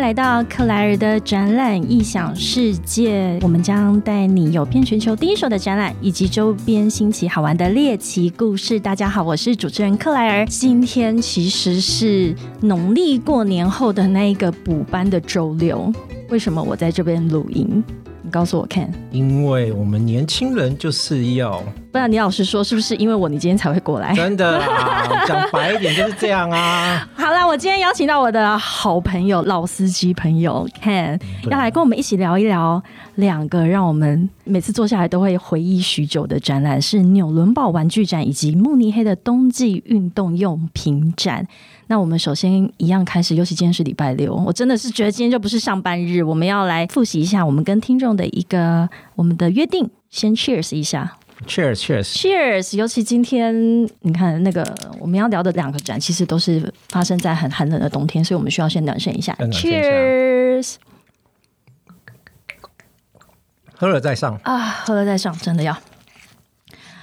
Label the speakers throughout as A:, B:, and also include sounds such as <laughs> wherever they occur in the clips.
A: 来到克莱尔的展览异想世界，我们将带你游遍全球第一手的展览以及周边新奇好玩的猎奇故事。大家好，我是主持人克莱尔。今天其实是农历过年后的那一个补班的周六，为什么我在这边录音？你告诉我看，
B: 因为我们年轻人就是要
A: 不然李老师说是不是因为我你今天才会过来？
B: 真的啦， <laughs> 讲白一点就是这样啊。
A: 好啦，我今天邀请到我的好朋友、老司机朋友 Ken，<laughs>
B: 对
A: 要来跟我们一起聊一聊两个让我们每次坐下来都会回忆许久的展览，是纽伦堡玩具展以及慕尼黑的冬季运动用品展。那我们首先一样开始，尤其今天是礼拜六，我真的是觉得今天就不是上班日，我们要来复习一下我们跟听众的一个我们的约定，先 cheers 一下。
B: Cheers, cheers！
A: Cheers！尤其今天你看那个我们要聊的两个展，其实都是发生在很寒冷的冬天，所以我们需要先暖身一下。
B: 先暖身一下
A: Cheers！
B: 喝了再上，
A: 啊，喝了再上，真的要。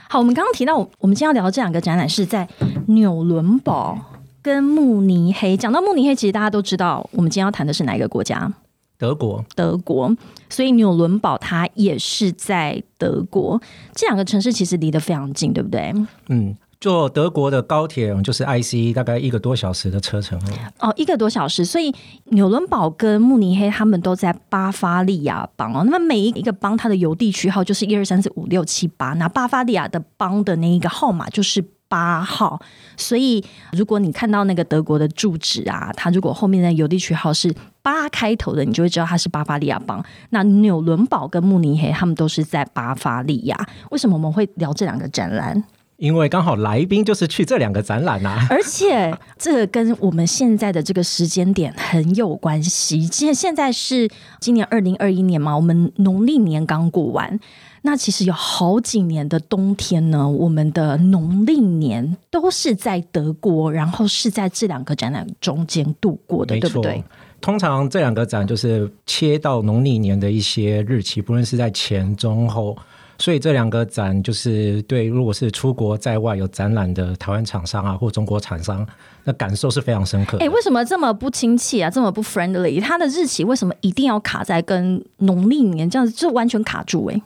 A: 好，我们刚刚提到，我我们今天要聊的这两个展览是在纽伦堡跟慕尼黑。讲到慕尼黑，其实大家都知道，我们今天要谈的是哪一个国家？
B: 德国
A: 德国，所以纽伦堡它也是在德国。这两个城市其实离得非常近，对不对？
B: 嗯，坐德国的高铁就是 IC，大概一个多小时的车程而已。
A: 哦，一个多小时，所以纽伦堡跟慕尼黑他们都在巴伐利亚邦哦。那么每一个邦它的邮地区号就是一二三四五六七八，那巴伐利亚的邦的那一个号码就是八号。所以如果你看到那个德国的住址啊，它如果后面的邮地区号是八开头的，你就会知道它是巴伐利亚邦。那纽伦堡跟慕尼黑他们都是在巴伐利亚。为什么我们会聊这两个展览？
B: 因为刚好来宾就是去这两个展览 <laughs> 啊。
A: 而且这个跟我们现在的这个时间点很有关系。现现在是今年二零二一年嘛，我们农历年刚过完。那其实有好几年的冬天呢，我们的农历年都是在德国，然后是在这两个展览中间度过的，
B: 没
A: 对不
B: 错
A: 对？，
B: 通常这两个展就是切到农历年的一些日期，不论是在前、中、后。所以这两个展就是对，如果是出国在外有展览的台湾厂商啊，或中国厂商，那感受是非常深刻的。
A: 哎，为什么这么不亲切啊？这么不 friendly？它的日期为什么一定要卡在跟农历年这样子，就完全卡住、哎，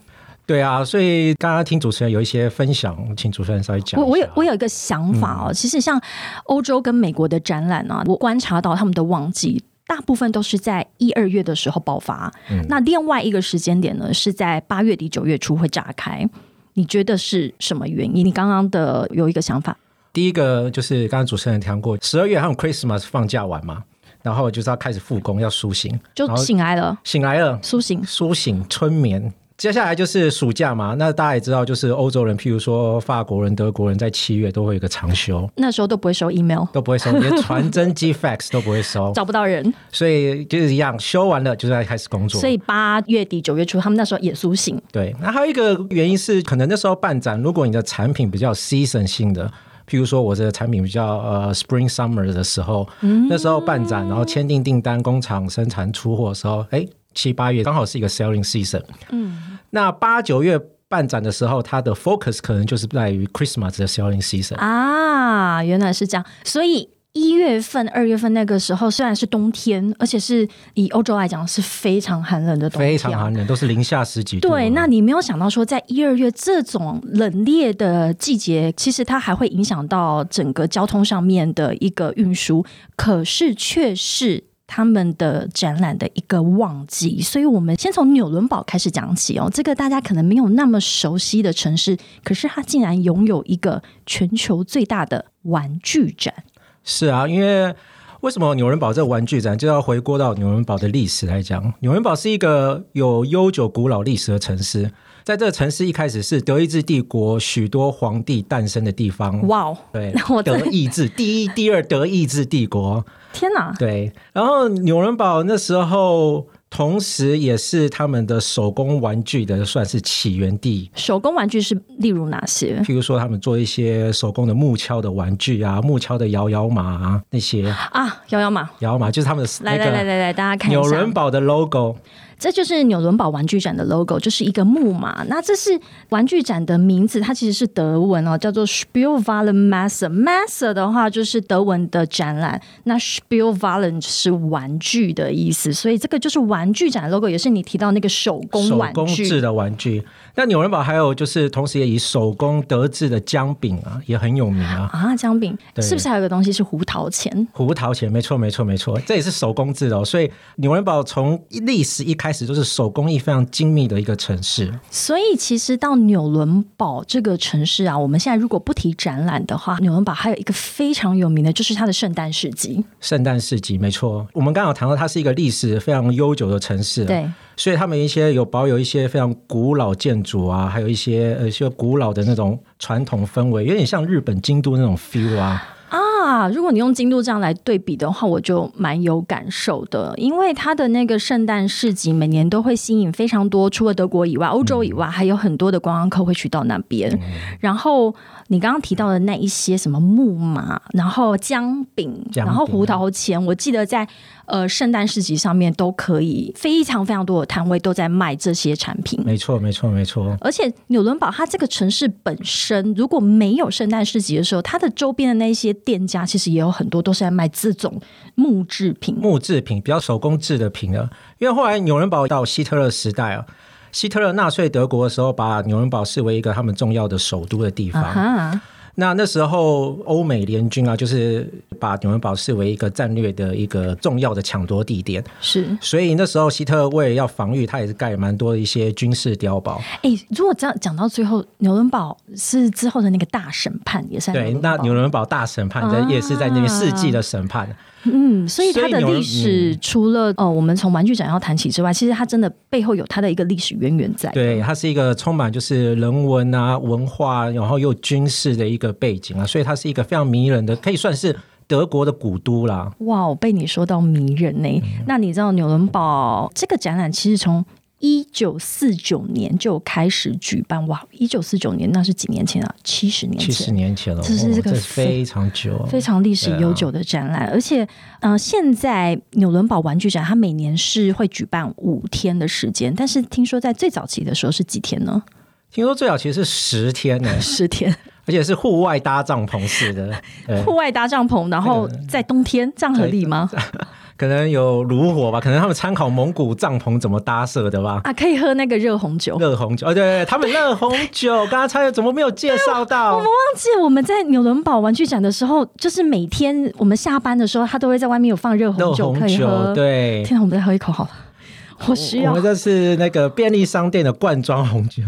B: 对啊，所以刚刚听主持人有一些分享，请主持人稍微讲一下。嗯
A: 我我有我有一个想法哦，其实像欧洲跟美国的展览啊，我观察到他们的旺季。大部分都是在一二月的时候爆发，
B: 嗯
A: 那另外一个时间点呢是在八月底九月初会炸开。你觉得是什么原因？你刚刚的有一个想法，
B: 第一个就是刚刚主持人谈过，十二月还有 Christmas 放假完嘛，然后就是要开始复工，要苏醒，
A: 就
B: 然后
A: 醒来了，
B: 醒来了，
A: 苏醒。
B: 苏醒春眠。接下来就是暑假嘛，那大家也知道，就是欧洲人，譬如说法国人、德国人，在七月都会有一个长休，
A: 那时候都不会收 email，
B: 都不会收，连传真机、fax 都不
A: <laughs>
B: 会收，
A: 找不到人，
B: 所以就是一样，休完了就是要开始工作。
A: 所以八月底九月初他们那时候也苏醒。
B: 对，那还有一个原因是，可能那时候办展，如果你的产品比较 season 性的，譬如说我的产品比较呃 spring summer 的时候，那时候办展，然后签订订单，工厂生产出货的时候，哎，七八月刚好是一个 selling season，嗯，那八九月。办展的时候，它的 focus 可能就是在于 Christmas 的 selling season，
A: 啊，原来是这样，所以。一月份、二月份那个时候，虽然是冬天，而且是以欧洲来讲是非常寒冷的冬天，啊
B: 非常寒冷，都是零下十几度啊。
A: 对，那你没有想到说，在一二月这种冷冽的季节，其实它还会影响到整个交通上面的一个运输，可是却是。他们的展览的一个旺季，所以我们先从纽伦堡开始讲起哦。这个大家可能没有那么熟悉的城市，可是它竟然拥有一个全球最大的玩具展。
B: 是啊，因为为什么纽伦堡这个玩具展啊就要回归到纽伦堡的历史来讲？纽伦堡是一个有悠久古老历史的城市，在这个城市一开始是德意志帝国许多皇帝诞生的地
A: <laughs>
B: 方。
A: 哇哦，
B: 对
A: 我，真
B: 德
A: 的
B: 意志第一、第二德意志帝国，
A: 天哪！
B: 对，然后纽伦堡那时候同时也是他们的手工玩具的算是起源地，
A: 手工玩具是例如哪些？
B: 譬如说他们做一些手工的木敲的玩具啊，木敲的摇摇马啊那些。
A: 啊，摇摇马，
B: 摇马就是他们的
A: 来
B: 那
A: 来
B: 个
A: 来来来，大家看一下
B: 纽伦堡的 logo，
A: 这就是纽伦堡玩具展的 logo，就是一个木马。那这是玩具展的名字，它其实是德文哦，叫做 Spielwaren Messe。Messe 的话就是德文的展览，那 Spielwaren 是玩具的意思，所以这个就是玩具展 logo，也是你提到那个手工
B: 手
A: 玩
B: 工制
A: 具。
B: 的玩具。那纽伦堡还有就是，同时也以手工得制的姜饼啊，也很有名啊。
A: 啊，姜饼
B: 对
A: 是不是还有一个东西是胡桃钳？
B: 胡桃钳，没错，没错，没错，这也是手工制的、哦，所以纽伦堡从历史一开始就是手工艺非常精密的一个城市。
A: 所以其实到纽伦堡这个城市啊，我们现在如果不提展览的话，纽伦堡还有一个非常有名的，就是它的圣诞市集。
B: 圣诞市集，没错，我们刚好谈到它是一个历史非常悠久的城市、，啊
A: 对，
B: 所以他们一些有保有一些非常古老建筑啊，还有一些呃一些古老的那种传统氛围，有点像日本京都那种 feel 啊。
A: 啊，如果你用京都这样来对比的话，我就蛮有感受的，因为它的那个圣诞市集每年都会吸引非常多，除了德国以外、欧
B: 嗯
A: 洲以外，还有很多的观光客会去到那边。然后你刚刚提到的那一些什么木马，然后姜饼，
B: 姜饼
A: 然后胡桃钳，我记得在呃圣诞市集上面都可以非常非常多的摊位都在卖这些产品。
B: 没错，没错，没错。
A: 而且纽伦堡它这个城市本身，如果没有圣诞市集的时候，它的周边的那些店家其实也有很多都是在卖这种木制品。
B: 木制品，比较手工制的品了。因为后来纽伦堡到希特勒时代啊，希特勒纳粹德国的时候，把纽伦堡视为一个他们重要的首都的地
A: 啊
B: 方。
A: 哈，
B: 那那时候欧美联军啊，就是把纽伦堡视为一个战略的一个重要的抢夺地点。
A: 是
B: 所以那时候希特勒为了要防御，他也是盖蛮多的一些军事碉堡。
A: 哎、如果这样讲到最后，纽伦堡是之后的那个大审判也是在
B: 对，那
A: 堡
B: 纽伦堡大审判在
A: 嗯啊
B: 也是在那边世纪的审判。
A: 嗯，所以它
B: 所以
A: 的
B: 纽伦嗯
A: 历史除了呃我们从玩具展要谈起之外，其实它真的背后有它的一个历史渊源在。
B: 对，它是一个充满就是人文啊、文化，然后又军事的一个背景啊，所以它是一个非常迷人的，可以算是德国的古都啦。
A: 哇，我被你说到迷人呢、那你知道纽伦堡这个展览其实从一九四九年就开始举办，哇，一九四九年那是几年前啊？七十年
B: 七十
A: 前。
B: 年前了，
A: 这是
B: 哦
A: 这个非
B: 非常久，
A: 非常历史悠久的展览，而且，嗯、现在纽伦堡玩具展它每年是会举办五天的时间，但是听说在最早期的时候是几天呢？
B: 听说最早其实是十
A: <laughs>
B: 天呢、
A: 十天，
B: 而且是户外搭帐篷
A: <laughs>
B: 式的，对
A: 户外搭帐篷，然后在冬天，这样合理吗？
B: 可能有炉火吧，可能他们参考蒙古帐篷怎么搭设的吧。
A: 啊，可以喝那个热红酒。
B: 热红酒，哦，对对对，他们热红酒，
A: <laughs>
B: 刚刚差点怎么没有介绍到？
A: 忘记我们在纽伦堡玩具展的时候，就是每天我们下班的时候，他都会在外面有放热
B: 热
A: 红酒
B: 红
A: 可以喝
B: 酒，。对，
A: 天哪，我们再喝一口好了，我需
B: 我
A: 要
B: 们。这是那个便利商店的罐装红酒。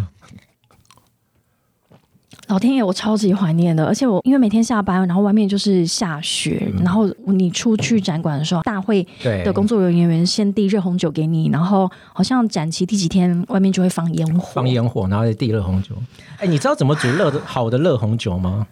A: 老天爷，我超级怀念的，而且我因为每天下班，然后外面就是下雪，然后你出去展馆的时候，大会
B: 对
A: 的工作人员先递热红酒给你，然后好像展期第几天，外面就会放烟火。
B: 放烟火，然后再递热红酒。哎，你知道怎么煮热的好的热红酒吗？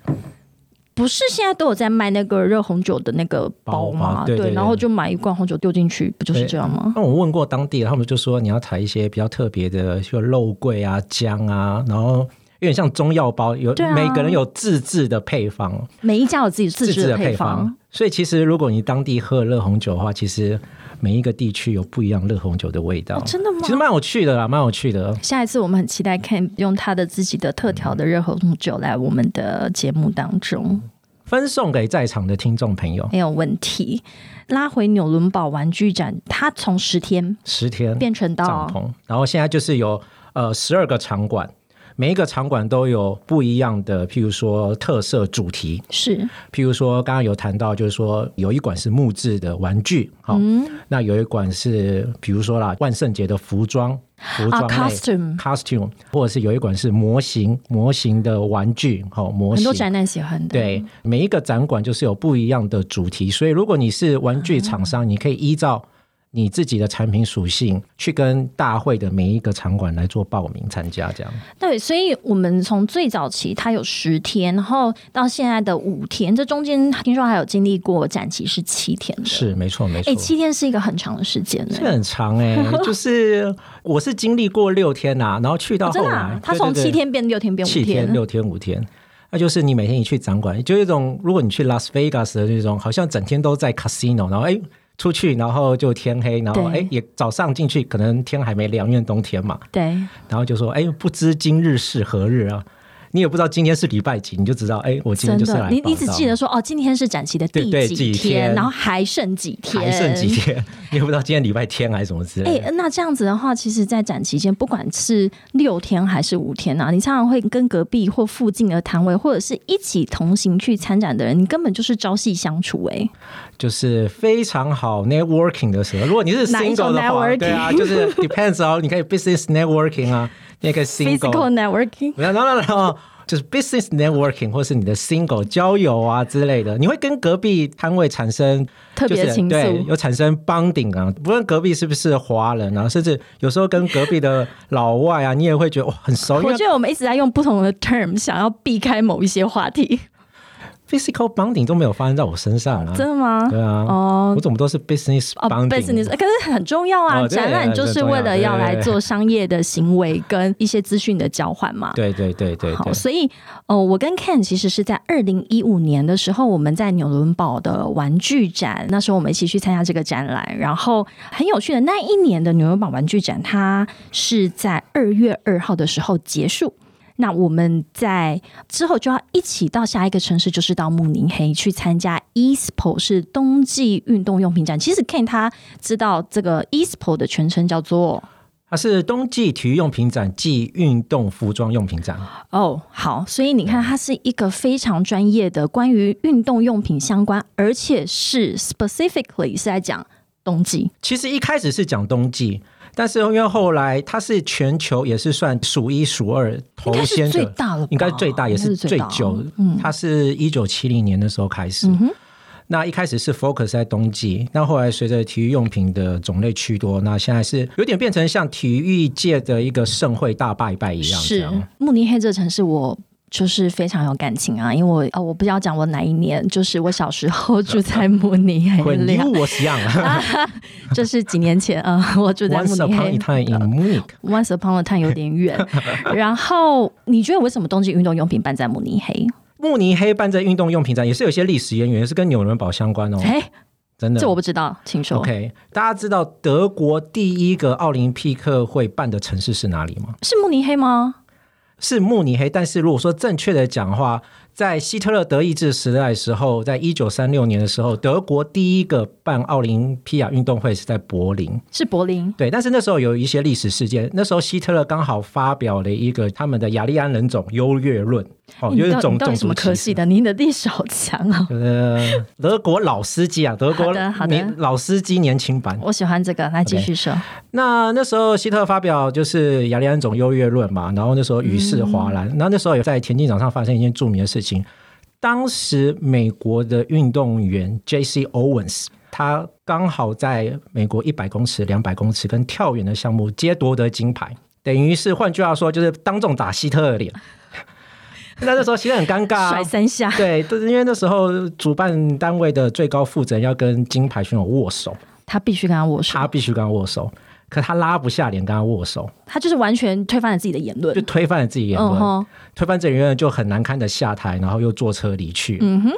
A: 不是现在都有在卖那个热红酒的那个包
B: 包嘛
A: 吗？
B: 对对对
A: 然后就买一罐红酒丢进去，不就是
B: 对
A: 这样吗？
B: 那我问过当地的，他们就说你要采一些比较特别的，就肉桂啊、姜啊，然后有点像中药包，有、
A: 对啊
B: 每个人有自制的配方，
A: 每一家有自己自制
B: 制
A: 的
B: 的
A: 配方
B: 方。。所以其实如果你当地喝热红酒的话，其实每一个地区有不一样热红酒的味道，
A: 哦真的吗
B: 其实蛮有趣的啦，蛮有趣的。
A: 下一次我们很期待 Ken 用他的自己的特调的热红酒来我们的节目当中，
B: 分送给在场的听众朋友，
A: 没有问题。拉回纽伦堡玩具展，它从十天
B: 十天
A: 变成
B: 帐
A: 到
B: 篷，然后现在就是有呃十二个场馆，每一个场馆都有不一样的，譬如说特色主题，
A: 是
B: 譬如说刚刚有谈到，就是说有一馆是木质的玩具，好、
A: 嗯
B: 那有一馆是比如说啦，万圣节的服装，服
A: 啊
B: 装类。
A: costume，
B: costume，或者是有一馆是模型，模型的玩具，好、模
A: 很
B: 型
A: 多宅男喜欢的。，
B: 对，每一个展馆就是有不一样的主题，所以如果你是玩具厂商，你可以依照你自己的产品属性去跟大会的每一个场馆来做报名参加，这样。
A: 对，所以我们从最早期它有十天，然后到现在的五天，这中间听说还有经历过展期是七天的。
B: 是，没错，没错
A: 哎，。七天是一个很长的时间呢、
B: 这很长哎、
A: <laughs>
B: 就是我是经历过六天呐、然后去到
A: 哦真
B: 后
A: 的、
B: 来，
A: 啊，它
B: 对
A: 从
B: 对对
A: 七天变六天变五
B: 七天、六天、五天，那就是你每天一去展馆，就有一种如果你去拉斯维加斯的那种，好像整天都在 casino，然后哎出去，然后就天黑，然后
A: 对
B: 哎也早上进去，可能天还没亮，因为冬天嘛，
A: 对，
B: 然后就说哎不知今日是何日啊，你也不知道今天是礼拜几，你就知道哎我今
A: 真
B: 天就是
A: 的，
B: 来
A: 你你
B: 报
A: 只
B: 道
A: 记得说哦，今天是展期的第
B: 对对
A: 几
B: 几
A: 天，
B: 天
A: 然后还剩几天，
B: 还剩几天，你也不知道今天礼拜天还是什么之类
A: 哎、
B: 的。
A: 那这样子的话，其实，在展期间，不管是六天还是五天啊，你常常会跟隔壁或附近的摊位，或者是一起同行去参展的人，你根本就是朝夕相处、哎，
B: 就是非常好 networking 的时候。如果你是
A: 哪一种
B: single 的话，
A: networking？
B: 对啊，就是 depends 哦，你可以 business networking 啊，你也可以
A: physical
B: single，
A: networking。
B: 然后然后就是 business networking 或是你的 single 交友啊之类的，你会跟隔壁摊位产生
A: 特别
B: 就是
A: 情愫
B: 对，有产生 bonding 啊，不论隔壁是不是华人啊，甚至有时候跟隔壁的老外啊，你 <laughs> 也会觉得哇很熟，因
A: 我
B: 为
A: 觉得我们一直在用不同的 term，想要避开某一些话题，
B: physical bonding 都没有发生在我身上啊，
A: 真的吗？
B: 对啊，
A: 哦
B: 我怎么都是 business
A: 哦
B: bonding。
A: ，business，可是很重要啊！
B: 哦对
A: 展览就是为了要来
B: 很重要对对对
A: 做商业的行为跟一些资讯的交换嘛。
B: 对对对对
A: 好，
B: 对，
A: 所以哦，呃我跟 Ken 其实是在二零一五年的时候，我们在纽伦堡的玩具展，那时候我们一起去参加这个展览。然后很有趣的，那一年的纽伦堡玩具展，它是在二月二号的时候结束。那我们在之后就要一起到下一个城市，就是到慕尼黑去参加 ESPO，是冬季运动用品展。其实 Ken 他知道这个 ESPO 的全称叫做
B: 它是冬季体育用品展暨运动服装用品展。
A: 哦，好，所以你看，它是一个非常专业的关于运动用品相关，而且是 specifically 是在讲冬季。
B: 其实一开始是讲冬季，但是因为后来它是全球也是算数一数二头
A: 应该是
B: 哦先
A: 最
B: 的，
A: 大了吧，
B: 应该最大也
A: 哦应该
B: 是
A: 最
B: 最
A: 大嗯
B: 久。它是一九七零年的时候开始。那一开始是 focus 在冬季，那后来随着体育用品的种类趋多，那现在是有点变成像体育界的一个盛会大拜拜一样。这
A: 是
B: 样
A: 慕尼黑这城市，我。就是非常有感情啊，因为我哦，我不知道讲我哪一年，就是我小时候住在慕尼黑
B: <laughs> 混
A: 了，
B: you was young
A: <laughs>
B: <laughs>
A: 这是几年前啊、呃 <laughs> 我住在慕
B: once
A: 尼
B: upon
A: 黑
B: a。time in Munich。
A: Once upon a time 有点远，
B: <laughs>
A: 然后你觉得为什么冬季运动用品办在慕尼黑？
B: 慕尼黑办这运动用品展也是有些历史渊源，也是跟纽伦堡相关哦，
A: 哎、
B: 真的。
A: 这我不知道，请说。
B: OK，大家知道德国第一个奥林匹克会办的城市是哪里吗？
A: 是慕尼黑吗？
B: 是慕尼黑。但是如果说正确的讲话，在希特勒德意志时代的时候，在一九三六年的时候，德国第一个办奥林匹亚运动会是在柏林。
A: 是柏林。
B: 对，但是那时候有一些历史事件，那时候希特勒刚好发表了一个他们的雅利安人种优越论，哦，
A: 你
B: 就是
A: 到
B: 种
A: 你到
B: 种
A: 底什
B: 族
A: 么科
B: 歧
A: 系
B: 视。
A: 的？你的历史好强
B: <laughs>
A: 啊！
B: 呃，德国老司机啊，德
A: 好
B: 国
A: 的好的
B: 年老司机年轻版。
A: 我喜欢这个，来继续说。
B: 那那时候希特勒发表就是雅利安种优越论嘛，然后那时候雨势哗然，然后那时候有在田径场上发生一件著名的事情，当时美国的运动员 J.C. Owens。他刚好在美国一百公尺、两百公尺跟跳远的项目皆夺得金牌，等于是换句话说，就是当众打希特勒脸。 <laughs> 那那时候希特勒很尴尬、
A: <laughs>
B: 啊，
A: 甩三下，
B: 对，但是因为那时候主办单位的最高负责人要跟金牌选手握手，
A: 他必须跟他握手，
B: 他必须跟他握手，可他拉不下脸跟他握手，
A: 他就是完全推翻了自己的言论
B: 就。推翻了自己言
A: 嗯
B: 论，
A: 哼，
B: 推翻自己言论就很难堪的下台，然后又坐车离去。嗯哼，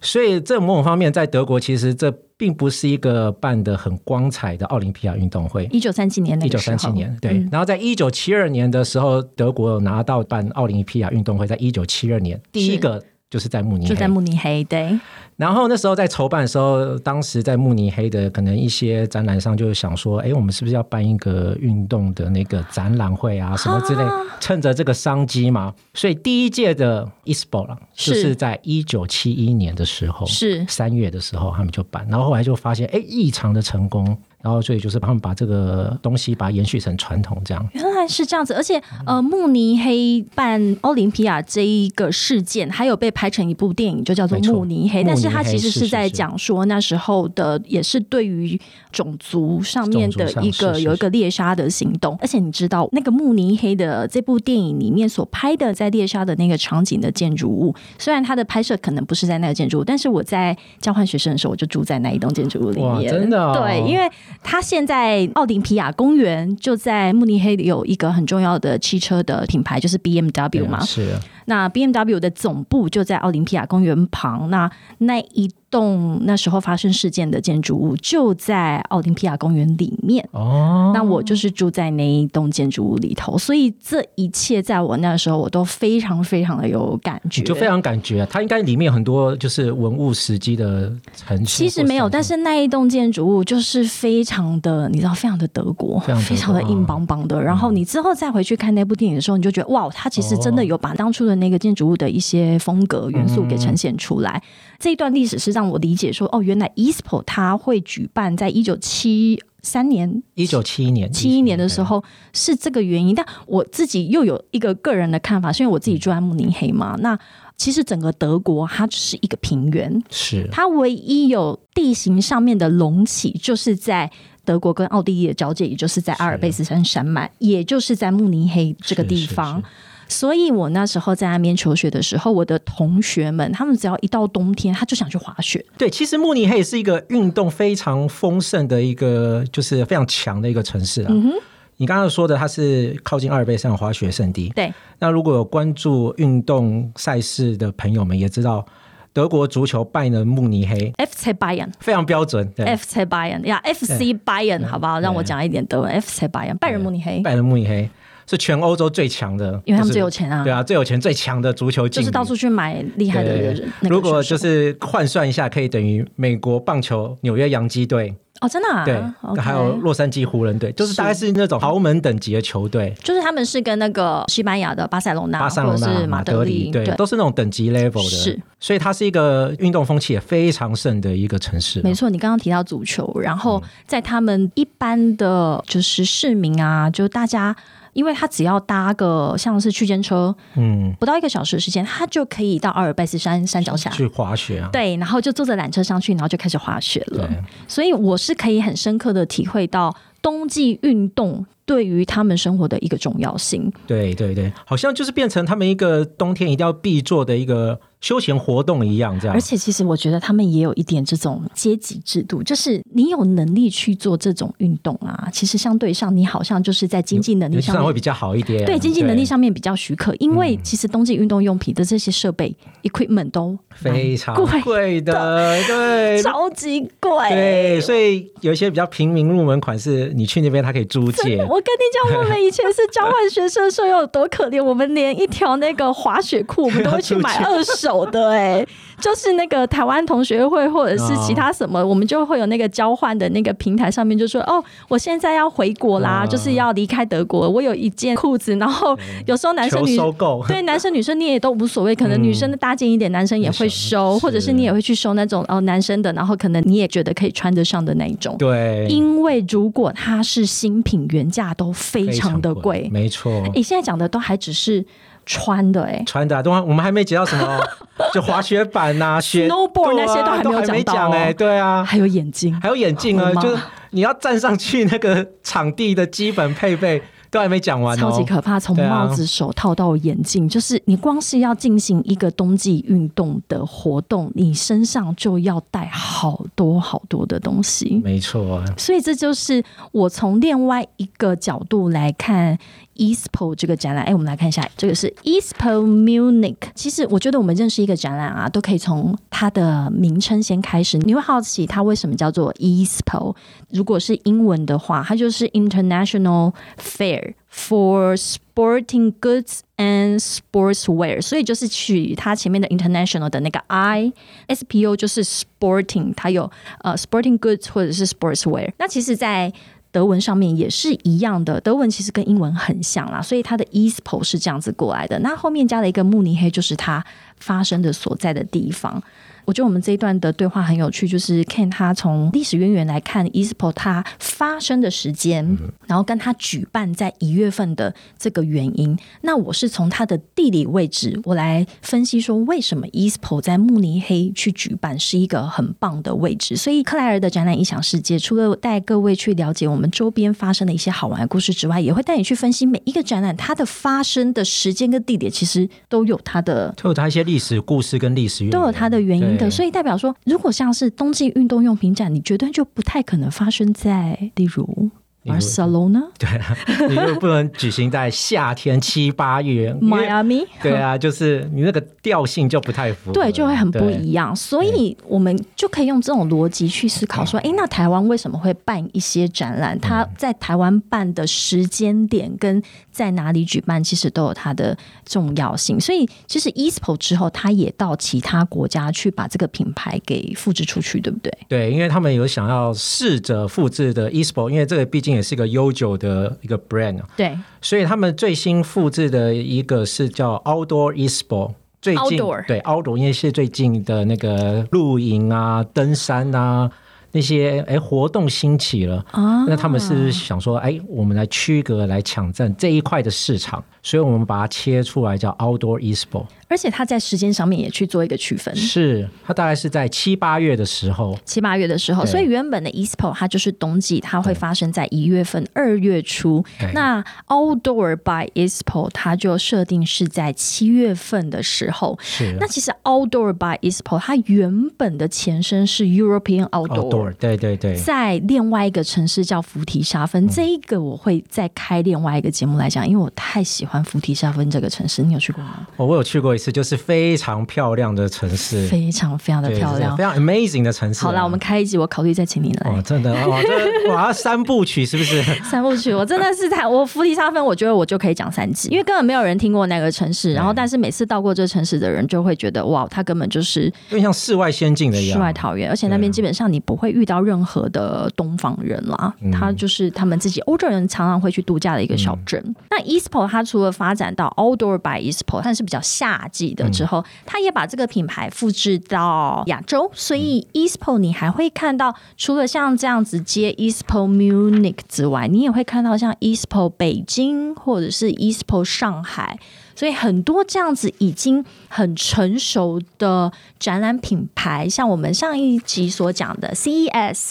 B: 所以这某种方面，在德国其实这并不是一个办得很光彩的奥林匹亚运动会。
A: 一九三七年那
B: 一
A: 个
B: 九
A: 时
B: 三
A: 候嗯
B: 七年，对，然后在一九七二年的时候，德国有拿到办奥林匹亚运动会，在一九七二年第一
A: 是
B: 个就是在慕尼
A: 就
B: 黑，
A: 在慕尼黑，对，
B: 然后那时候在筹办的时候，当时在慕尼黑的可能一些展览上就想说，哎，我们是不是要办一个运动的那个展览会啊，什么之类，趁着这个商机嘛。所以第一届的 ISPO 啦，
A: 是
B: 就是在一九七一年的时候，
A: 是
B: 三月的时候他们就办，然后后来就发现，哎，异常的成功。然后所以就是他们把这个东西把它延续成传统这样。
A: 原来是这
B: 嗯
A: 样子。而且，呃，慕尼黑办奥林匹亚这一个事件，还有被拍成一部电影，就叫做
B: 没
A: 《
B: 错
A: 慕尼黑》，
B: 慕尼黑
A: 但是它其实
B: 是
A: 是
B: 是
A: 在
B: 是
A: 讲说那时候的，也是对于种族上面的
B: 种族上
A: 一个
B: 是是
A: 有一个猎杀的行动。而且你知道，那个慕尼黑的这部电影里面所拍的在猎杀的那个场景的建筑物，虽然它的拍摄可能不是在那个建筑物，但是我在交换学生的时候，我就住在那一栋建筑物里
B: 哇
A: 面，
B: 真的哦
A: 对，因为。因为它现在奥林匹亚公园就在慕尼黑有一个很重要的汽车的品牌，就是 BMW 嘛。
B: 是啊
A: 那 BMW 的总部就在奥林匹亚公园旁，那那一栋那时候发生事件的建筑物就在奥林匹亚公园里面。
B: 哦，
A: 那我就是住在那一栋建筑物里头，所以这一切在我那时候我都非常非常的有感觉，
B: 你就非常感觉啊它应该里面有很多就是文物时机的呈现。
A: 其实没有，但
B: 是
A: 是那一栋建筑物就是非常的，你知道，非常的德国，
B: 非常德国嗯
A: 的硬邦邦的。然后你之后再回去看那部电影的时候，你就觉得哇，它其实真的有把当初的那个建筑物的一些风格元素给呈现出来。
B: 嗯
A: 这一段历史是让我理解说，哦，原来 ESPO 它会举办在一九七三年
B: 一九七一年，
A: 七一年的时候是这个原因，但我自己又有一个个人的看法，是因为我自己住在慕尼黑嘛。那其实整个德国它只是一个平原，
B: 是
A: 它唯一有地形上面的隆起，就是在德国跟奥地利的交界，也就是在阿尔卑斯山山脉，也就是在慕尼黑这个地方。所以我那时候在那边求学的时候，我的同学们他们只要一到冬天，他就想去滑雪。
B: 对，其实慕尼黑是一个运动非常丰盛的一个，就是非常强的一个城市
A: 嗯
B: 啊。你刚刚说的，它是靠近阿尔卑斯山滑雪圣地。
A: 对，
B: 那如果有关注运动赛事的朋友们也知道，德国足球拜仁慕尼黑
A: FC Bayern。
B: 非常标准。对
A: FC Bayern 呀，FC Bayern 好不好？让我讲一点德文。FC Bayern，拜仁慕尼黑，
B: 拜仁慕尼黑是全欧洲最强的，
A: 因为他
B: 就
A: 们
B: 是
A: 最有钱啊
B: 对，啊，最有钱最强的足球劲
A: 就
B: 旅，
A: 是到处去买厉害的
B: 对
A: 人。那个
B: 如果
A: 选手
B: 就是换算一下，可以等于美国棒球纽约洋基队，
A: 哦，真的啊，
B: 对
A: OK
B: 还有洛杉矶湖人队，就是大概是那种豪门等级的球队，
A: 就是他们是跟那个西班牙的巴塞隆纳
B: 巴塞
A: 或
B: 罗
A: 者
B: 那、
A: 是马
B: 德
A: 里，
B: 对，都是那种等级 level 的，
A: 是，
B: 所以它是一个运动风气也非常盛的一嗯个城市。啊
A: 没错，你刚刚提到足球，然后在他们一般的就是市民啊，就大家，因为他只要搭个像是区间车，
B: 嗯，
A: 不到一个小时的时间，他就可以到阿尔卑斯山山脚下。
B: 去滑雪啊，
A: 对，然后就坐着缆车上去，然后就开始滑雪了
B: 对。
A: 所以我是可以很深刻的体会到冬季运动对于他们生活的一个重要性。
B: 对对对，好像就是变成他们一个冬天一定要必做的一个休闲活动一样，这样
A: 而。且其实我觉得他们也有一点这种阶级制度，就是你有能力去做这种运动啊，其实相对上你好像就是在经济能力
B: 你
A: 上
B: 上会啊
A: 面。
B: 比较好一点，
A: 对经济能力上面比较许可，因为
B: 嗯
A: 其实冬季运动用品的这些设备、equipment 都
B: 非常
A: 贵
B: 贵的，
A: <laughs>
B: 对，
A: 超级贵。
B: 哎对，所以有一些比较平民入门款是，你去那边它可以租
A: 真
B: 借
A: 的，。我跟你讲，我们以前是交换学生的时候有多可怜，我们连一条那个滑雪裤，我们
B: <laughs>
A: 都会去买二手的、哎，就是那个台湾同学会或者是其他什么，我们就会有那个交换的那个平台上面就说，哦，我现在要回国啦，
B: 啊
A: 就是要离开德国，我有一件裤子，然后有时候男生
B: 求
A: 女
B: 收购，
A: 对男生女生你也都无所谓，可能女生的搭建一点，男生也会
B: 啊
A: 收，或者是你也会去收那种哦男生的，然后可能你也觉得可以穿得上的那一种。
B: 对，
A: 因为如果它是新品，原价都非常的贵。
B: 没错。
A: 你现在讲的都还只是穿的、欸，
B: 穿的、啊，都还我们还没讲到什么，哦就滑雪板呐、雪
A: Snowboard
B: 对啊
A: 那些都还没有
B: 都还没
A: 讲到
B: 讲
A: 哦
B: 哎、对啊，
A: 还有眼睛，
B: 还有眼镜啊
A: 好，吗
B: 就是你要站上去那个场地的基本配备都还没讲完
A: 超级
B: 哦。
A: 可怕。从
B: 对
A: 帽
B: 啊
A: 子、手套到眼镜，就是你光是要进行一个冬季运动的活动，你身上就要带好多好多的东西。
B: 没错，
A: 所以这就是我从另外一个角度来看 ESPO 这个展览。哎，我们来看一下，这个是 ESPO Munich。其实我觉得我们认识一个展览啊，都可以从它的名称先开始。你会好奇它为什么叫做 ESPO？如果是英文的话，它就是 International Fair for Sporting Goods and Sportswear，所以就是取它前面的 International 的那个 I。SPO 就是 sporting，它有呃 sporting goods 或者是 sportswear。那其实，在德文上面也是一样的，德文其实跟英文很像啦，所以它的 ESPO 是这样子过来的。那后面加了一个慕尼黑，就是它发生的所在的地方。我觉得我们这一段的对话很有趣，就是 Ken 他从历史渊源来看 ESPO 它发生的时间，然后跟它举办在一月份的这个原因。那我是从它的地理位置，我来分析说为什么 ESPO 在慕尼黑去举办是一个很棒的位置。所以克莱尔的展览《影响世界》，除了带各位去了解我们周边发生的一些好玩的故事之外，也会带你去分析每一个展览它的发生的时间跟地点，其实都有它的
B: 都有它一些历史故事跟历史渊源
A: 都有它的原因的，
B: 对
A: 所以代表说，如果像是冬季运动用品展，你绝对就不太可能发生在例如
B: 因为
A: Barcelona、
B: 对啊，你就不能举行在夏天七八月，因为
A: Miami，
B: 对啊，就是你那个调性就不太符合，
A: 对，就会很不
B: 对
A: 一样。所以我们就可以用这种逻辑去思考说，诶，那台湾为什么会办一些展览？它
B: 嗯
A: 在台湾办的时间点跟在哪里举办，其实都有它的重要性。所以其实 ESPO 之后，它也到其他国家去把这个品牌给复制出去，对不对？
B: 对，因为他们有想要试着复制的 ESPO，因为这个毕竟也是一个悠久的一个 brand，啊
A: 对
B: 所以他们最新复制的一个是叫 Outdoor ESPO。最近
A: Outdoor
B: 对 Outdoor，因为是最近的那个露营啊、登山啊那些哎活动兴起了，
A: 啊
B: 那他们是不是想说，哎，我们来区隔来抢占这一块的市场，所以我们把它切出来叫 Outdoor ESPO，
A: 而且它在时间上面也去做一个区分。
B: 是它大概是在七八月的时候，
A: 七八月的时候，
B: 对
A: 所以原本的 ESPO 它就是冬季，它会发生在一月份、二月初
B: 对。
A: 那 Outdoor by ESPO 它就设定是在七月份的时候。
B: 是啊
A: 那其实 Outdoor by ESPO 它原本的前身是 European
B: Outdoor，对对对，嗯
A: 在另外一个城市叫菩提沙芬，这一个我会再开另外一个节目来讲，因为我太喜欢菩提沙芬这个城市。你有去过吗？
B: 哦我有去过一次，就是非常漂亮的城市，
A: 非常非常的
B: 对
A: 漂
B: 就是
A: 亮
B: 非。常 amazing 的城市、啊
A: 好啦，我们。开一集，我考虑再请你来。
B: 哦，真的哇，这哇三部曲是
A: <laughs>
B: 不是？
A: 三部曲，我真的是太我福提沙芬，我觉得我就可以讲三集，因为根本没有人听过那个城市，然后但是每次到过这城市的人就会觉得哇，它根本就是
B: 有点像世外仙境的一
A: 世
B: 样
A: 外。桃源，而且那边基本上你不会遇到任何的东方人啦，
B: 嗯
A: 他就是他们自己欧洲人常常会去度假的一个小镇。那 ESPO 它除了发展到 Outdoor by ESPO，它是比较夏季
B: 嗯
A: 的之后，它也把这个品牌复制到亚洲，所以
B: 嗯
A: ESPO 你还会看到，除了像这样子接 ESPO Munich 之外，你也会看到像 ESPO 北京或者是 ESPO 上海。所以很多这样子已经很成熟的展览品牌，像我们上一集所讲的 CES。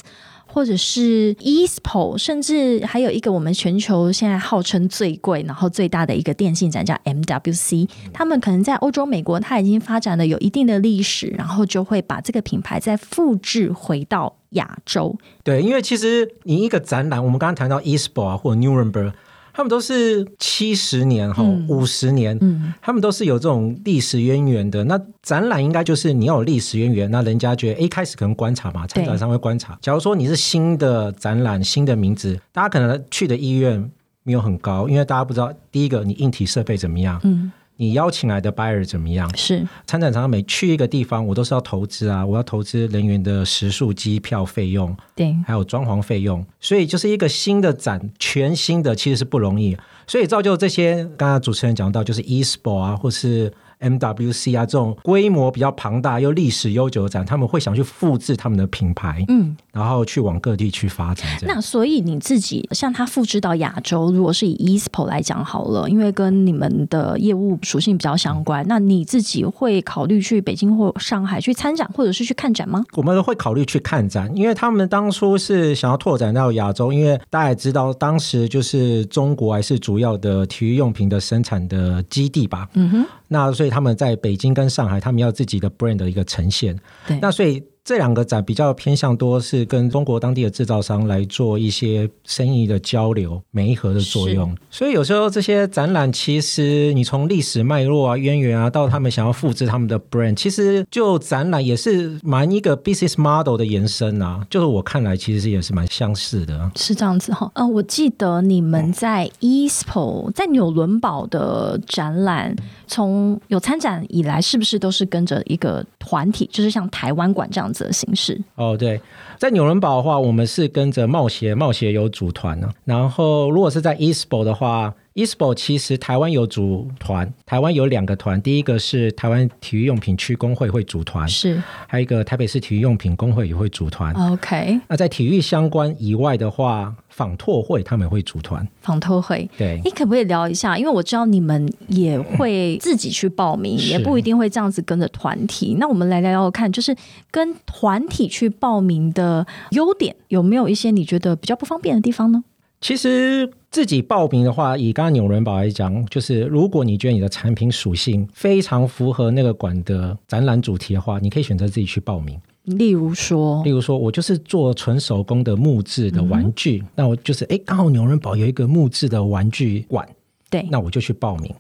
A: 或者是 E ESPO，甚至还有一个我们全球现在号称最贵，然后最大的一个电信展叫 MWC，他们可能在欧洲、美国，它已经发展了有一定的历史，然后就会把这个品牌再复制回到亚洲。
B: 对，因为其实你一个展览，我们刚刚谈到 ESPO 啊或者 Nuremberg，他们都是七十年哈五十年，他们都是有这种历史渊源的。那展览应该就是你要有历史渊源，那人家觉得诶一开始可能观察嘛，参展商会观察。假如说你是新的展览、新的名字，大家可能去的意愿没有很高，因为大家不知道第一个你硬体设备怎么样，嗯，你邀请来的 buyer 怎么样，
A: 是
B: 参展商每去一个地方，我都是要投资啊，我要投资人员的食宿、机票费用，
A: 对，
B: 还有装潢费用，所以就是一个新的展，全新的其实是不容易，所以造就这些刚刚主持人讲到，就是 eSport 啊，或是 MWC 啊这种规模比较庞大又历史悠久的展，他们会想去复制他们的品牌，嗯，然后去往各地去发展这样。
A: 那所以你自己像它复制到亚洲，如果是以 ESPO 来讲好了，因为跟你们的业务属性比较相关，那你自己会考虑去北京或上海去参展，或者是去看展吗？
B: 我们会考虑去看展，因为他们当初是想要拓展到亚洲，因为大家也知道，当时就是中国还是主要的体育用品的生产的基地吧。嗯哼，那所以他们在北京跟上海，他们要自己的 brand 的一个呈现。
A: 对
B: 那所以。这两个展比较偏向多是跟中国当地的制造商来做一些生意的交流、媒合的作用，所以有时候这些展览，其实你从历史脉络啊、渊源啊，到他们想要复制他们的 brand，其实就展览也是蛮一个 business model 的延伸啊。就是我看来，其实也是蛮相似的。
A: 是这样子哈，嗯、我记得你们在 ESPO 在纽伦堡的展览，从有参展以来，是不是都是跟着一个团体，就是像台湾馆这样子的形式？
B: 哦，对，在纽伦堡的话，我们是跟着冒协，冒协有组团呢、啊。然后如果是在 ESPO 的话，ESPO 其实台湾有组团，台湾有两个团，第一个是台湾体育用品区工会会组团，
A: 是
B: 还有一个台北市体育用品工会也会组
A: 哦
B: 团。
A: OK，
B: 那在体育相关以外的话，访拓会他们也会组团。
A: 访托会
B: 对，
A: 哎你可不可以聊一下？因为我知道你们也会自己去报名，
B: 是
A: 也不一定会这样子跟着团体。那我们来聊聊看，就是跟团体去报名的优点，有没有一些你觉得比较不方便的地方呢？
B: 其实自己报名的话，以刚刚纽伦堡来讲，就是如果你觉得你的产品属性非常符合那个馆的展览主题的话，你可以选择自己去报名。
A: 例如说
B: 例，如说，我就是做纯手工的木质的玩具，那我就是哎，诶刚好牛人堡有一个木质的玩具馆，
A: 对，
B: 那我就去报名。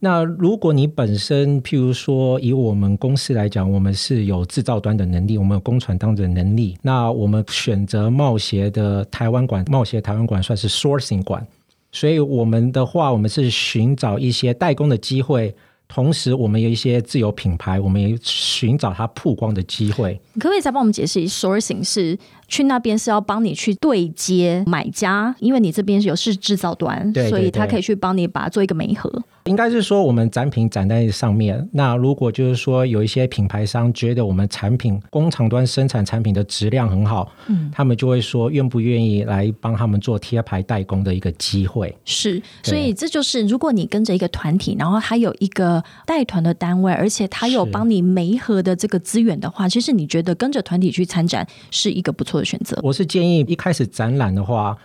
B: 那如果你本身，譬如说以我们公司来讲，我们是有制造端的能力，我们有工传当的能力，那我们选择茂协的台湾馆，茂协台湾馆算是 sourcing 馆，所以我们的话，我们是寻找一些代工的机会。同时，我们有一些自有品牌，我们也寻找它曝光的机会。
A: 你可不可以再帮我们解释一下，sourcing 是去那边是要帮你去对接买家，因为你这边有是制造端，
B: 对对
A: 所以他
B: 对
A: 可以去帮你把它做一个媒合。
B: 应该是说我们展品展在上面。那如果就是说有一些品牌商觉得我们产品工厂端生产产品的质量很好，嗯，他们就会说愿不愿意来帮他们做贴牌代工的一个机会。
A: 是，
B: 对
A: 所以这就是如果你跟着一个团体，然后他有一个带团的单位，而且他有
B: 是
A: 帮你媒合的这个资源的话，其实你觉得跟着团体去参展是一个不错的选择。
B: 我是建议一开始展览的话，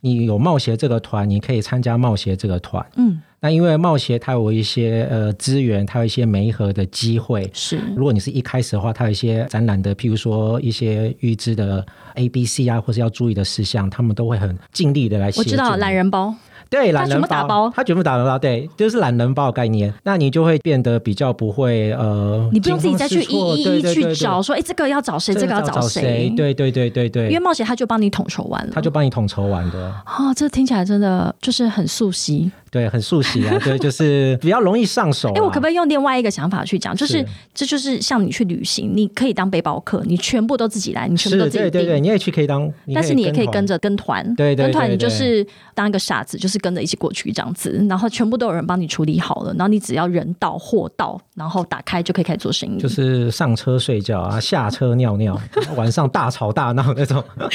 B: 你有冒协这个团，你可以参加冒协这个团。
A: 嗯，
B: 那因为冒协它有一些呃资源，它有一些媒合的机会，
A: 是
B: 如果你是一开始的话，它有一些展览的，譬如说一些预知的 A、B、C 啊，或是要注意的事项，他们都会很尽力的来协
A: 我
B: 助你。
A: 知道懒人包，
B: 对懒
A: 全
B: 人
A: 部打包
B: 它全部打包，对，就是懒人包的概念。那你就会变得比较不会呃，
A: 你不用自己再去
B: 惊慌
A: 一
B: 失
A: 一
B: 措
A: 一
B: 对对
A: 去
B: 对
A: 找说，哎，这个要找谁，
B: 对
A: 这个要
B: 找
A: 谁，，
B: 对对对对
A: 因为
B: 对，
A: 冒险他就帮你统筹完了，
B: 他就帮你统筹完的。
A: 哦，这听起来真的就是很熟悉。
B: 对，很熟悉啊，对，就是比较容易上手、啊。
A: <laughs> 哎、我可不可以用另外一个想法去讲？就是
B: 是
A: 这就是像你去旅行，你可以当背包客，你全部都自己来，你全部都
B: 是，
A: 自己
B: 对
A: 定。
B: 对对，你也去可以啊当，
A: 但是你也可以跟
B: 着。
A: 着跟团，
B: 对对
A: 跟团
B: 对
A: 你就
B: 对
A: 是当一个傻子，就是跟着一起过去这样子，然后全部都有人帮你处理好了，然后你只要人到货到，然后打开就可以开始做生意。
B: 就是上车睡觉啊，下车尿
A: <laughs>
B: 尿，晚上大吵大闹那种。
A: 啊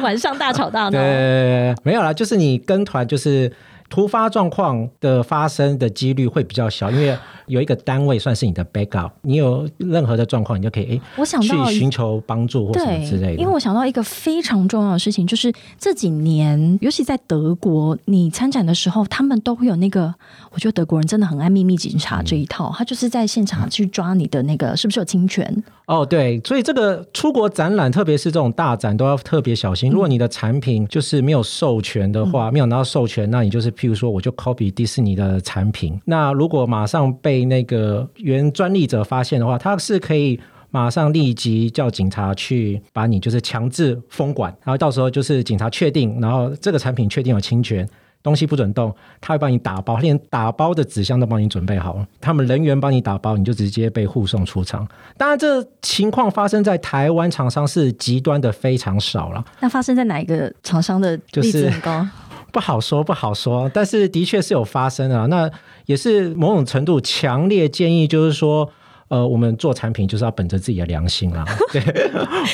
A: 晚上大吵大闹，
B: 对，没有啦，就是你跟团就是。突发状况的发生的几率会比较小，因为有一个单位算是你的 backup，你有任何的状况，你就可以
A: 我想
B: 哎
A: 到
B: 去寻求帮助或什么
A: 对
B: 之类，的
A: 因为。我想到一个非常重要的事情，就是这几年，尤其在德国，你参展的时候，他们都会有那个，我觉得德国人真的很爱秘密警
B: 嗯
A: 察这一套，他就是在现场去抓你的那个是不是有侵权，
B: 哦，对，所以这个出国展览，特别是这种大展，都要特别小心。如果你的产品就是没有授权的话，没有拿到授权，那你就是譬如说，我就 copy 迪士尼的产品，那如果马上被那个原专利者发现的话，他是可以。马上立即叫警察去把你就是强制封管，然后到时候就是警察确定，然后这个产品确定有侵权，东西不准动，他会帮你打包，连打包的纸箱都帮你准备好了，他们人员帮你打包，你就直接被护送出场。当然，这情况发生在台湾厂商是极端的非常少了，
A: 那发生在哪一个厂商的
B: 就
A: 例子
B: 是
A: 很高？
B: 不好说，不好说。但是的确是有发生的啊，那也是某种程度强烈建议，就是说。呃，我们做产品就是要本着自己的良心啦，对，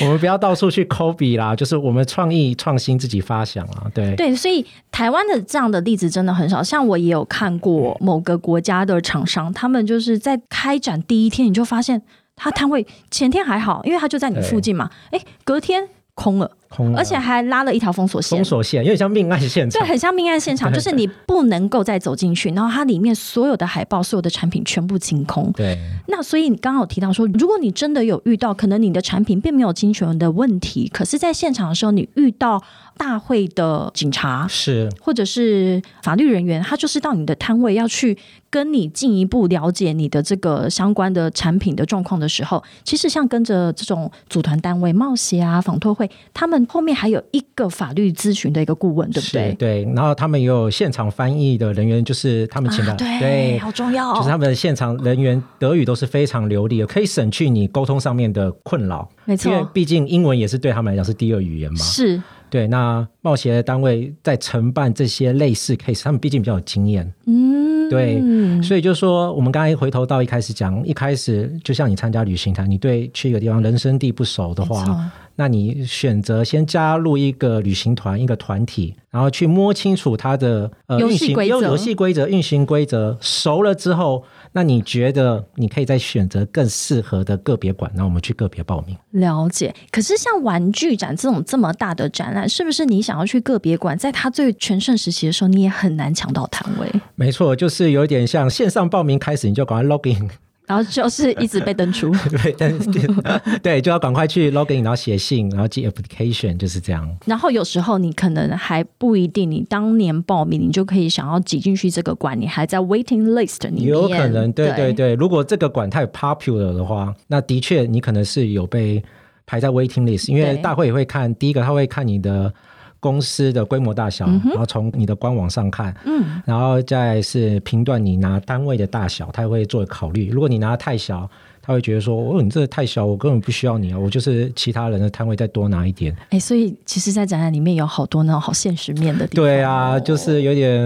B: 我们不要到处去 copy 啦，就是我们创意创新自己发想啦，对，
A: 对，所以台湾的这样的例子真的很少。像我也有看过
B: 嗯
A: 某个国家的厂商，他们就是在开展第一天，你就发现他摊位前天还好，因为他就在你附近嘛，哎，隔天空了，
B: 空了
A: 而且还拉了一条封锁线
B: 嗯呃封。锁线有点像命案现
A: 对，
B: 场，
A: 很像命案现
B: <laughs>
A: 场，就是你不能够再走进去，然后它里面所有的海报、所有的产品全部清空。
B: 对，
A: 那所以你刚好提到说，如果你真的有遇到，可能你的产品并没有侵权的问题，可是在现场的时候，你遇到大会的警察，
B: 是
A: 或者是法律人员，他就是到你的摊位要去跟你进一步了解你的这个相关的产品的状况的时候，其实像跟着这种组团单位、冒险啊、访托会，他们后面还有一个法律咨询的一个顾问，对不
B: 是
A: 对？
B: 对，然后他们也有现场翻译的人员，就是他们请的、
A: 啊，对，
B: 对
A: 好重要、
B: 就是他
A: 哦，
B: 们的现场人员德语都是非常流利的，可以省去你沟通上面的困扰。
A: 没
B: 因为
A: 错，
B: 毕竟英文也是对他们来讲是第二语言嘛。
A: 是。
B: 对，那冒险的单位在承办这些类似 case，他们毕竟比较有经验。
A: 嗯，
B: 对所以就是说，我们刚才回头到一开始讲，一开始就像你参加旅行团，你对去一个地方人生地不熟的
A: 没
B: 话
A: 错，
B: 那你选择先加入一个旅行团、一个团体，然后去摸清楚它的呃
A: 游戏
B: 运行
A: 规则
B: 游游戏规则、运行规则，熟了之后，那你觉得你可以再选择更适合的个别馆，那我们去个别报名。
A: 了解。可是像玩具展这种这么大的展览，是不是你想要去个别馆，在它最全盛时期的时候，你也很难抢到摊位？
B: 没错，就是有点像线上报名开始，你就赶快 login。
A: 然后就是一直被登出。
B: 对，但是 <laughs> 对，就要赶快去 login，然后写信，然后寄 application，就是这样。
A: 然后有时候你可能还不一定，你当年报名你就可以想要挤进去这个馆，你还在 waiting list 里面，
B: 有可能，对对
A: 对
B: 对，如果这个馆太 popular 的话，那的确你可能是有被排在 waiting list，因为
A: 对
B: 大会也会看，第一个他会看你的公司的规模大小，然后从你的官网上看，嗯，然后再是评断你拿单位的大小，他会做考虑。如果你拿得太小，他会觉得说，哦，你这个太小，我根本不需要你啊，我就是其他人的摊位再多拿一点。
A: 哎，所以其实，在展览里面有好多那种好现实面的地方。
B: 对啊，就是有点，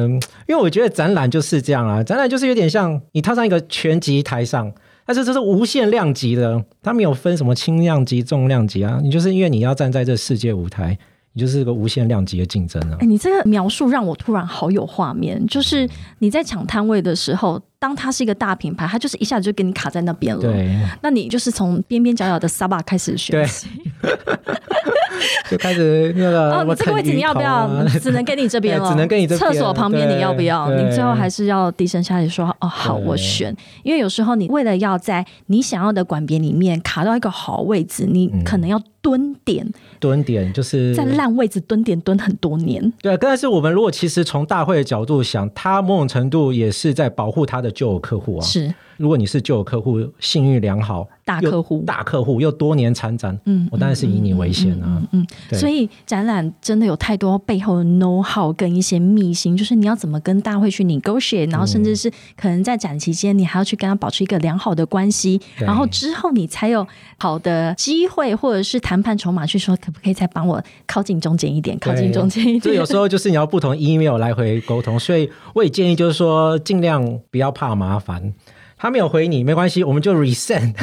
B: 因为我觉得展览就是这样啊，展览就是有点像你踏上一个拳击台上，但是这是无限量级的，它没有分什么轻量级、重量级啊，你就是因为你要站在这世界舞台，你就是个无限量级的竞争
A: <laughs>
B: 啊
A: 哎、。你这个描述让我突然好有画面，就是你在抢摊位的时候，当它是一个大品牌，它就是一下子就给你卡在那边了。，
B: 对，
A: 那你就是从边边角角的 Saba 开始学
B: 对
A: 习。
B: 就开始那个、
A: 哦，
B: 呃我
A: 你这个位置你要不要？
B: <laughs>
A: 只能给你这边了，
B: 啊哎对只能给你这边
A: 厕所旁边你要不要？
B: 对
A: 你最后还是要低声下气说哦，好，
B: 对
A: 我选。因为有时候你为了要在你想要的馆别里面卡到一个好位置，你可能要蹲点，
B: 蹲点，嗯就是
A: 在烂位置蹲点蹲很多年。
B: 对，啊但是我们如果其实从大会的角度想，他某种程度也是在保护他的旧有客户啊。
A: 是
B: 如果你是旧有客户，信誉良好，
A: 大
B: 又
A: 客户
B: 大客户又多年参展，
A: 嗯
B: 我当然是以你为先啊。
A: 嗯，
B: 对
A: 所以展览真的有太多背后的 know how 跟一些秘辛，就是你要怎么跟大会去 negotiate，然后甚至是可能在展期间，你还要去跟他保持一个良好的关系，
B: 对
A: 然后之后你才有好的机会或者是谈判筹码去说，可不可以再帮我靠近中间一点，靠近中间一
B: <laughs> 所
A: 点
B: 以有。时候就是你要不同 email 来回沟通，所以我也建议就是说，尽量不要怕麻烦。他没有回你没关系，我们就
A: <laughs>
B: resend。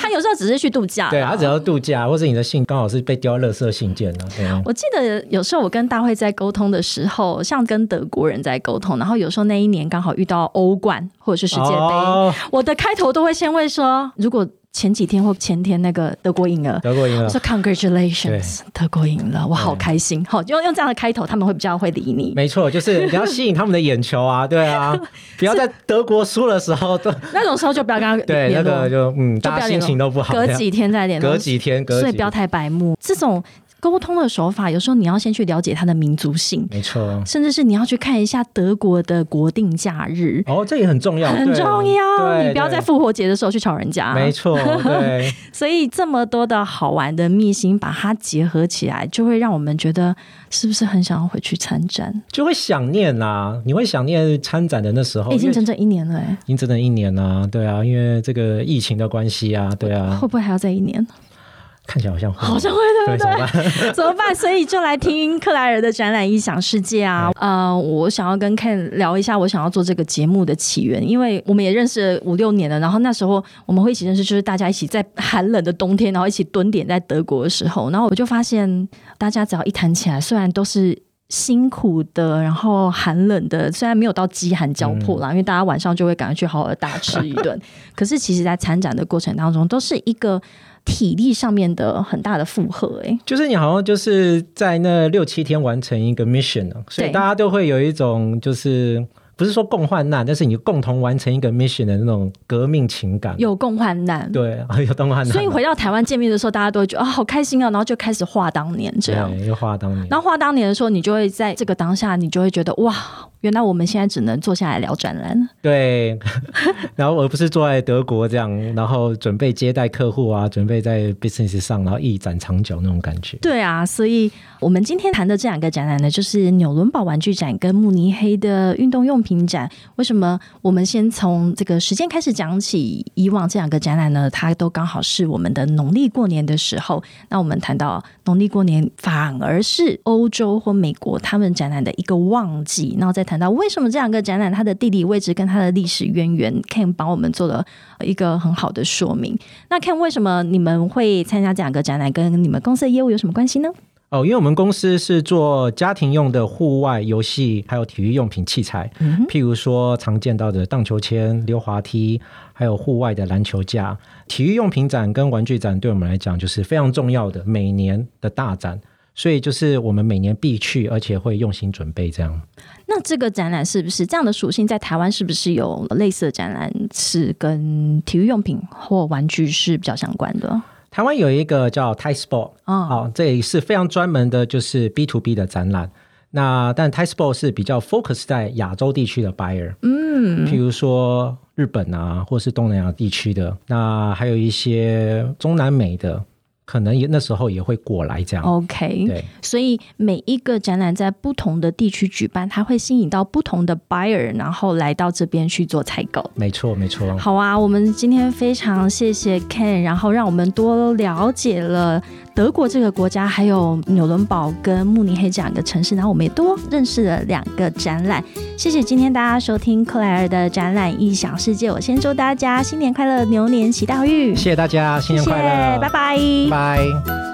A: 他有时候只是去度假啦，
B: 对他只要度假，或者你的信刚好是被丢到垃圾信件了、对啊。
A: 我记得有时候我跟大会在沟通的时候，像跟德国人在沟通，然后有时候那一年刚好遇到欧冠或者 <laughs> 是世界杯，
B: 哦
A: 我的开头都会先问说，如果前几天或前天那个德国赢了。
B: 德国赢
A: 我
B: 了
A: 说，Congratulations，德国赢了，我好开心。好，用用这样的开头，他们会比较会理你。
B: 没错，就是你要吸引他们的眼球啊，对
A: <laughs>
B: 啊，不要在德国输的时候都
A: 那种时候就不要跟他
B: 对那
A: 联络
B: 个就嗯，
A: 就不
B: 大
A: 要
B: 家
A: 联
B: 心
A: 络
B: 情都不好。
A: 隔
B: 这样
A: 几天再联络，
B: 隔几天，隔
A: 所以
B: 几
A: 不要太白目。这种沟通的手法，有时候你要先去了解他的民族性，
B: 没错。
A: 甚至是你要去看一下德国的国定假日。
B: 哦，这也很重要，
A: 很
B: 对
A: 重要，
B: 对
A: 你不要
B: 对
A: 在复活节的时候去吵人家。
B: 没错，
A: <laughs>
B: 对，
A: 所以这么多的好玩的秘辛，把它结合起来，就会让我们觉得是不是很想要回去参展？
B: 就会想念啦、你会想念参展的那时
A: 哎
B: 候，
A: 诶已经
B: 哦因为
A: 整整一年了、哎诶
B: 已经整整一年啦、对啊，因为这个疫情的关系啊，对啊
A: 会，不会还要再一年？
B: 看起来好像
A: 好
B: 好
A: 像会对
B: 对，
A: 不
B: 怎么
A: 对？
B: 办？
A: <laughs> 怎么办？所以就来听克莱尔的展览《异想世界》啊。呃，我想要跟 Ken 聊一下，我想要做这个节目的起源，因为我们也认识了五六年了。然后那时候我们会一起认识，就是大家一起在寒冷的冬天，然后一起蹲点在德国的时候，然后我就发现大家只要一谈起来，虽然都是。辛苦的，然后寒冷的，虽然没有到饥寒交迫啦，因为大家晚上就会赶快去好好地呃大吃一顿。可是其实，在参展的过程当中，都是一个体力上面的很大的负荷、欸。
B: 就是你好像就是在那六七天完成一个 mission 啊，所以
A: 对
B: 大家都会有一种就是不是说共患难，但是你共同完成一个 mission 的那种革命情感。
A: 有共患难。
B: 对，有共患难啊，
A: 所以回到台湾见面的时候，大家都会觉得啊、好开心啊，然后就开始画当年这样。
B: 对，又话当年。
A: 然后画当年的时候，你就会在这个当下，你就会觉得哇，原来我们现在只能坐下来聊展览。
B: 对，然后而不是坐在德国这样，然后准备接待客户啊，准备在 business 上，然后一展长久那种感觉。
A: 对啊，所以我们今天谈的这两个展览呢，就是纽伦堡玩具展跟慕尼黑的运动用品展。为什么我们先从这个时间开始讲起？以往这两个展览呢，它都刚好是我们的农历过年的时候。那我们谈到农历过年，反而是欧洲或美国他们展览的一个旺季。然后再谈到为什么这两个展览它的地理位置跟它的历史渊源，Ken 帮我们做了一个很好的说明。那 Ken 为什么你们会参加这两个展览，跟你们公司的业务有什么关系呢？
B: 哦，因为我们公司是做家庭用的户外游戏，还有体育用品器材，譬如说常见到的荡球签、溜滑梯，还有户外的篮球架。体育用品展跟玩具展对我们来讲就是非常重要的每年的大展。所以就是我们每年必去，而且会用心准备这样。
A: 那这个展览是不是这样的属性，在台湾是不是有类似的展览是跟体育用品或玩具是比较相关的？
B: 台湾有一个叫 Thai Sport，
A: 哦
B: 哦，这也是非常专门的，就是 B to B 的展览。那但 Thai Sport 是比较 focus 在亚洲地区的 buyer，嗯，譬如说日本啊，或是东南亚地区的，那还有一些中南美的，可能也那时候也会过来这样。
A: OK，
B: 对
A: 所以每一个展览在不同的地区举办，它会吸引到不同的 buyer，然后来到这边去做采购。
B: 没错，没错。
A: 好啊，我们今天非常谢谢 Ken，然后让我们多了解了德国这个国家，还有纽伦堡跟慕尼黑这两个城市，然后我们也多认识了两个展览。谢谢今天大家收听克莱尔的展览异想世界，我先祝大家新年快乐，牛年行大运，
B: 谢谢大家，新年
A: 谢谢
B: 快乐，
A: 拜拜
B: 拜拜